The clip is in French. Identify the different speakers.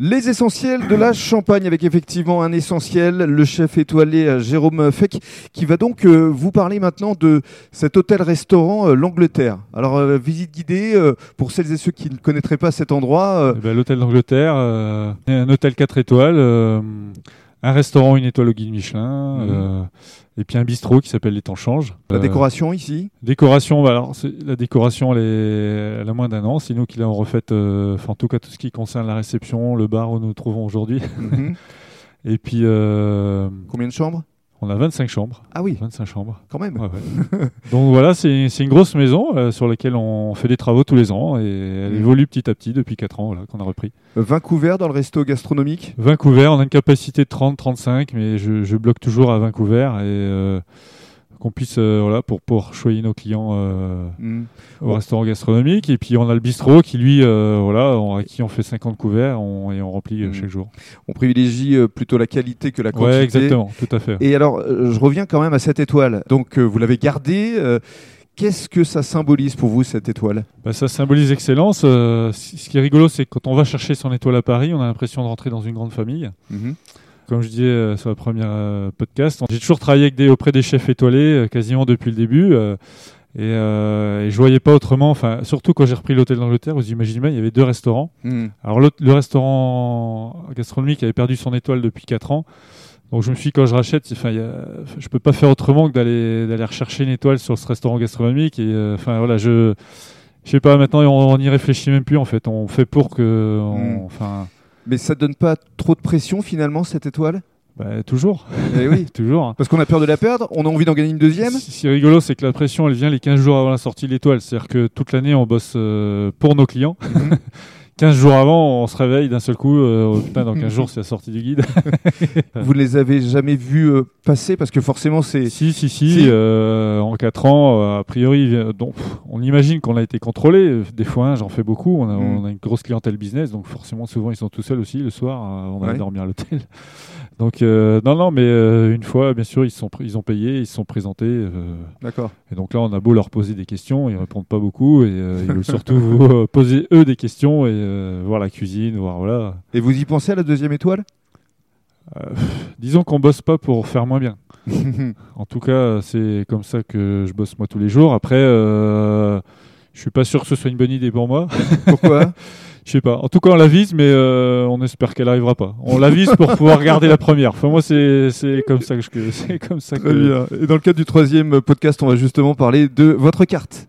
Speaker 1: Les essentiels de la Champagne avec effectivement un essentiel, le chef étoilé euh, Jérôme Feck, qui va donc euh, vous parler maintenant de cet hôtel-restaurant euh, L'Angleterre. Alors, euh, visite guidée euh, pour celles et ceux qui ne connaîtraient pas cet endroit. euh,
Speaker 2: Eh ben, L'hôtel d'Angleterre, euh, un hôtel 4 étoiles, euh, un restaurant, une étoile au guide Michelin,
Speaker 1: Mhm.
Speaker 2: euh, et puis un bistrot qui s'appelle Les Temps Change.
Speaker 1: la
Speaker 2: Euh,
Speaker 1: décoration ici.
Speaker 2: décoration, bah, alors, c'est- la décoration, elle, est, elle a moins d'un an, c'est nous qui l'avons refaite, euh, enfin, en tout cas tout ce qui concerne la réception, le bar où nous nous trouvons aujourd'hui.
Speaker 1: Mhm.
Speaker 2: Et puis, euh,
Speaker 1: Combien de chambres
Speaker 2: on a 25 chambres.
Speaker 1: Ah oui,
Speaker 2: 25 chambres.
Speaker 1: quand même.
Speaker 2: Ouais, ouais. Donc voilà, c'est c'est une grosse maison euh, sur laquelle on fait des travaux tous les ans et elle
Speaker 1: Mhm.
Speaker 2: évolue petit à petit depuis 4 ans voilà, qu'on a repris.
Speaker 1: 20 Euh, couverts dans le resto gastronomique.
Speaker 2: 20 couverts, on a une capacité de 30-35, mais je, je bloque toujours à 20 couverts et euh, qu'on puisse, euh, voilà, pour, pour choyer nos clients euh,
Speaker 1: Mhm.
Speaker 2: au
Speaker 1: Bon.
Speaker 2: restaurant gastronomique. Et puis on a le bistrot qui, lui, euh, voilà, on- à qui on fait 50 couverts on- et on remplit euh,
Speaker 1: Mm.
Speaker 2: chaque jour.
Speaker 1: On privilégie euh, plutôt la qualité que la quantité.
Speaker 2: Ouais, exactement, tout à fait.
Speaker 1: Et alors, euh, je reviens quand même à cette étoile. Donc, euh, vous l'avez gardée. euh, Qu'est-ce que ça symbolise pour vous, cette étoile
Speaker 2: Bah, ça symbolise l'excellence. Euh, c- ce qui est rigolo, c'est que quand on va chercher son étoile à Paris, on a l'impression de rentrer dans une grande famille.
Speaker 1: Mhm.
Speaker 2: Comme je disais euh, sur la première euh, podcast, j'ai toujours travaillé avec des, auprès des chefs étoilés euh, quasiment depuis le début. euh, et, euh, et je voyais pas autrement, enfin, surtout quand j'ai repris l'hôtel d'Angleterre, vous imaginez bien, il y avait deux restaurants.
Speaker 1: Mhm.
Speaker 2: Alors l'autre- le restaurant gastronomique avait perdu son étoile depuis 4 ans. Donc je me suis dit, quand je rachète, enfin, il y a- je peux pas faire autrement que d'aller d'aller rechercher une étoile sur ce restaurant gastronomique. Et euh, enfin voilà, je je sais pas. Maintenant, on n'y réfléchit même plus en fait. On fait pour que, on-
Speaker 1: Mm.
Speaker 2: enfin,
Speaker 1: Mais ça ne donne pas trop de pression, finalement, cette étoile
Speaker 2: bah, toujours,
Speaker 1: Eh oui.
Speaker 2: toujours. hein.
Speaker 1: Parce qu'on a peur de la perdre, on a envie d'en gagner une deuxième.
Speaker 2: Ce qui est rigolo, c'est que la pression, elle vient les 15 jours avant la sortie de l'étoile. C'est-à-dire que toute l'année, on bosse euh, pour nos clients.
Speaker 1: Mhm.
Speaker 2: 15 jours avant, on se réveille d'un seul coup. euh, oh, putain, dans 15 jours, c'est la sortie du guide.
Speaker 1: Vous ne les avez jamais vus euh, passer parce que forcément c'est.
Speaker 2: si, si, si.
Speaker 1: Si.
Speaker 2: euh, en 4 ans, euh, a priori, euh, donc, pff, on imagine qu'on a été contrôlé. Des fois, hein, j'en fais beaucoup. On a,
Speaker 1: Mhm.
Speaker 2: on a une grosse clientèle business. Donc, forcément, souvent, ils sont tout seuls aussi le soir euh, avant d'aller
Speaker 1: Ouais.
Speaker 2: dormir à l'hôtel. Donc, euh, non, non, mais euh, une fois, bien sûr, ils, se sont, pr- ils ont payé, ils se sont présentés. euh,
Speaker 1: D'accord.
Speaker 2: Et donc là, on a beau leur poser des questions, ils répondent pas beaucoup et euh, ils veulent surtout vous, euh, poser eux des questions et euh, voir la cuisine, voir voilà.
Speaker 1: Et vous y pensez à la deuxième étoile
Speaker 2: Disons qu'on bosse pas pour faire moins bien. En tout cas, euh, c'est comme ça que je bosse moi tous les jours. Après, euh, je suis pas sûr que ce soit une bonne idée pour moi.
Speaker 1: Pourquoi
Speaker 2: Je sais pas. En tout cas, on la vise, mais euh, on espère qu'elle arrivera pas. On la vise pour pouvoir garder la première. Enfin, moi, c'est c'est comme ça que je que- c'est comme ça que.
Speaker 1: Euh, Très bien. Et dans le cadre du troisième podcast, on va justement parler de votre carte.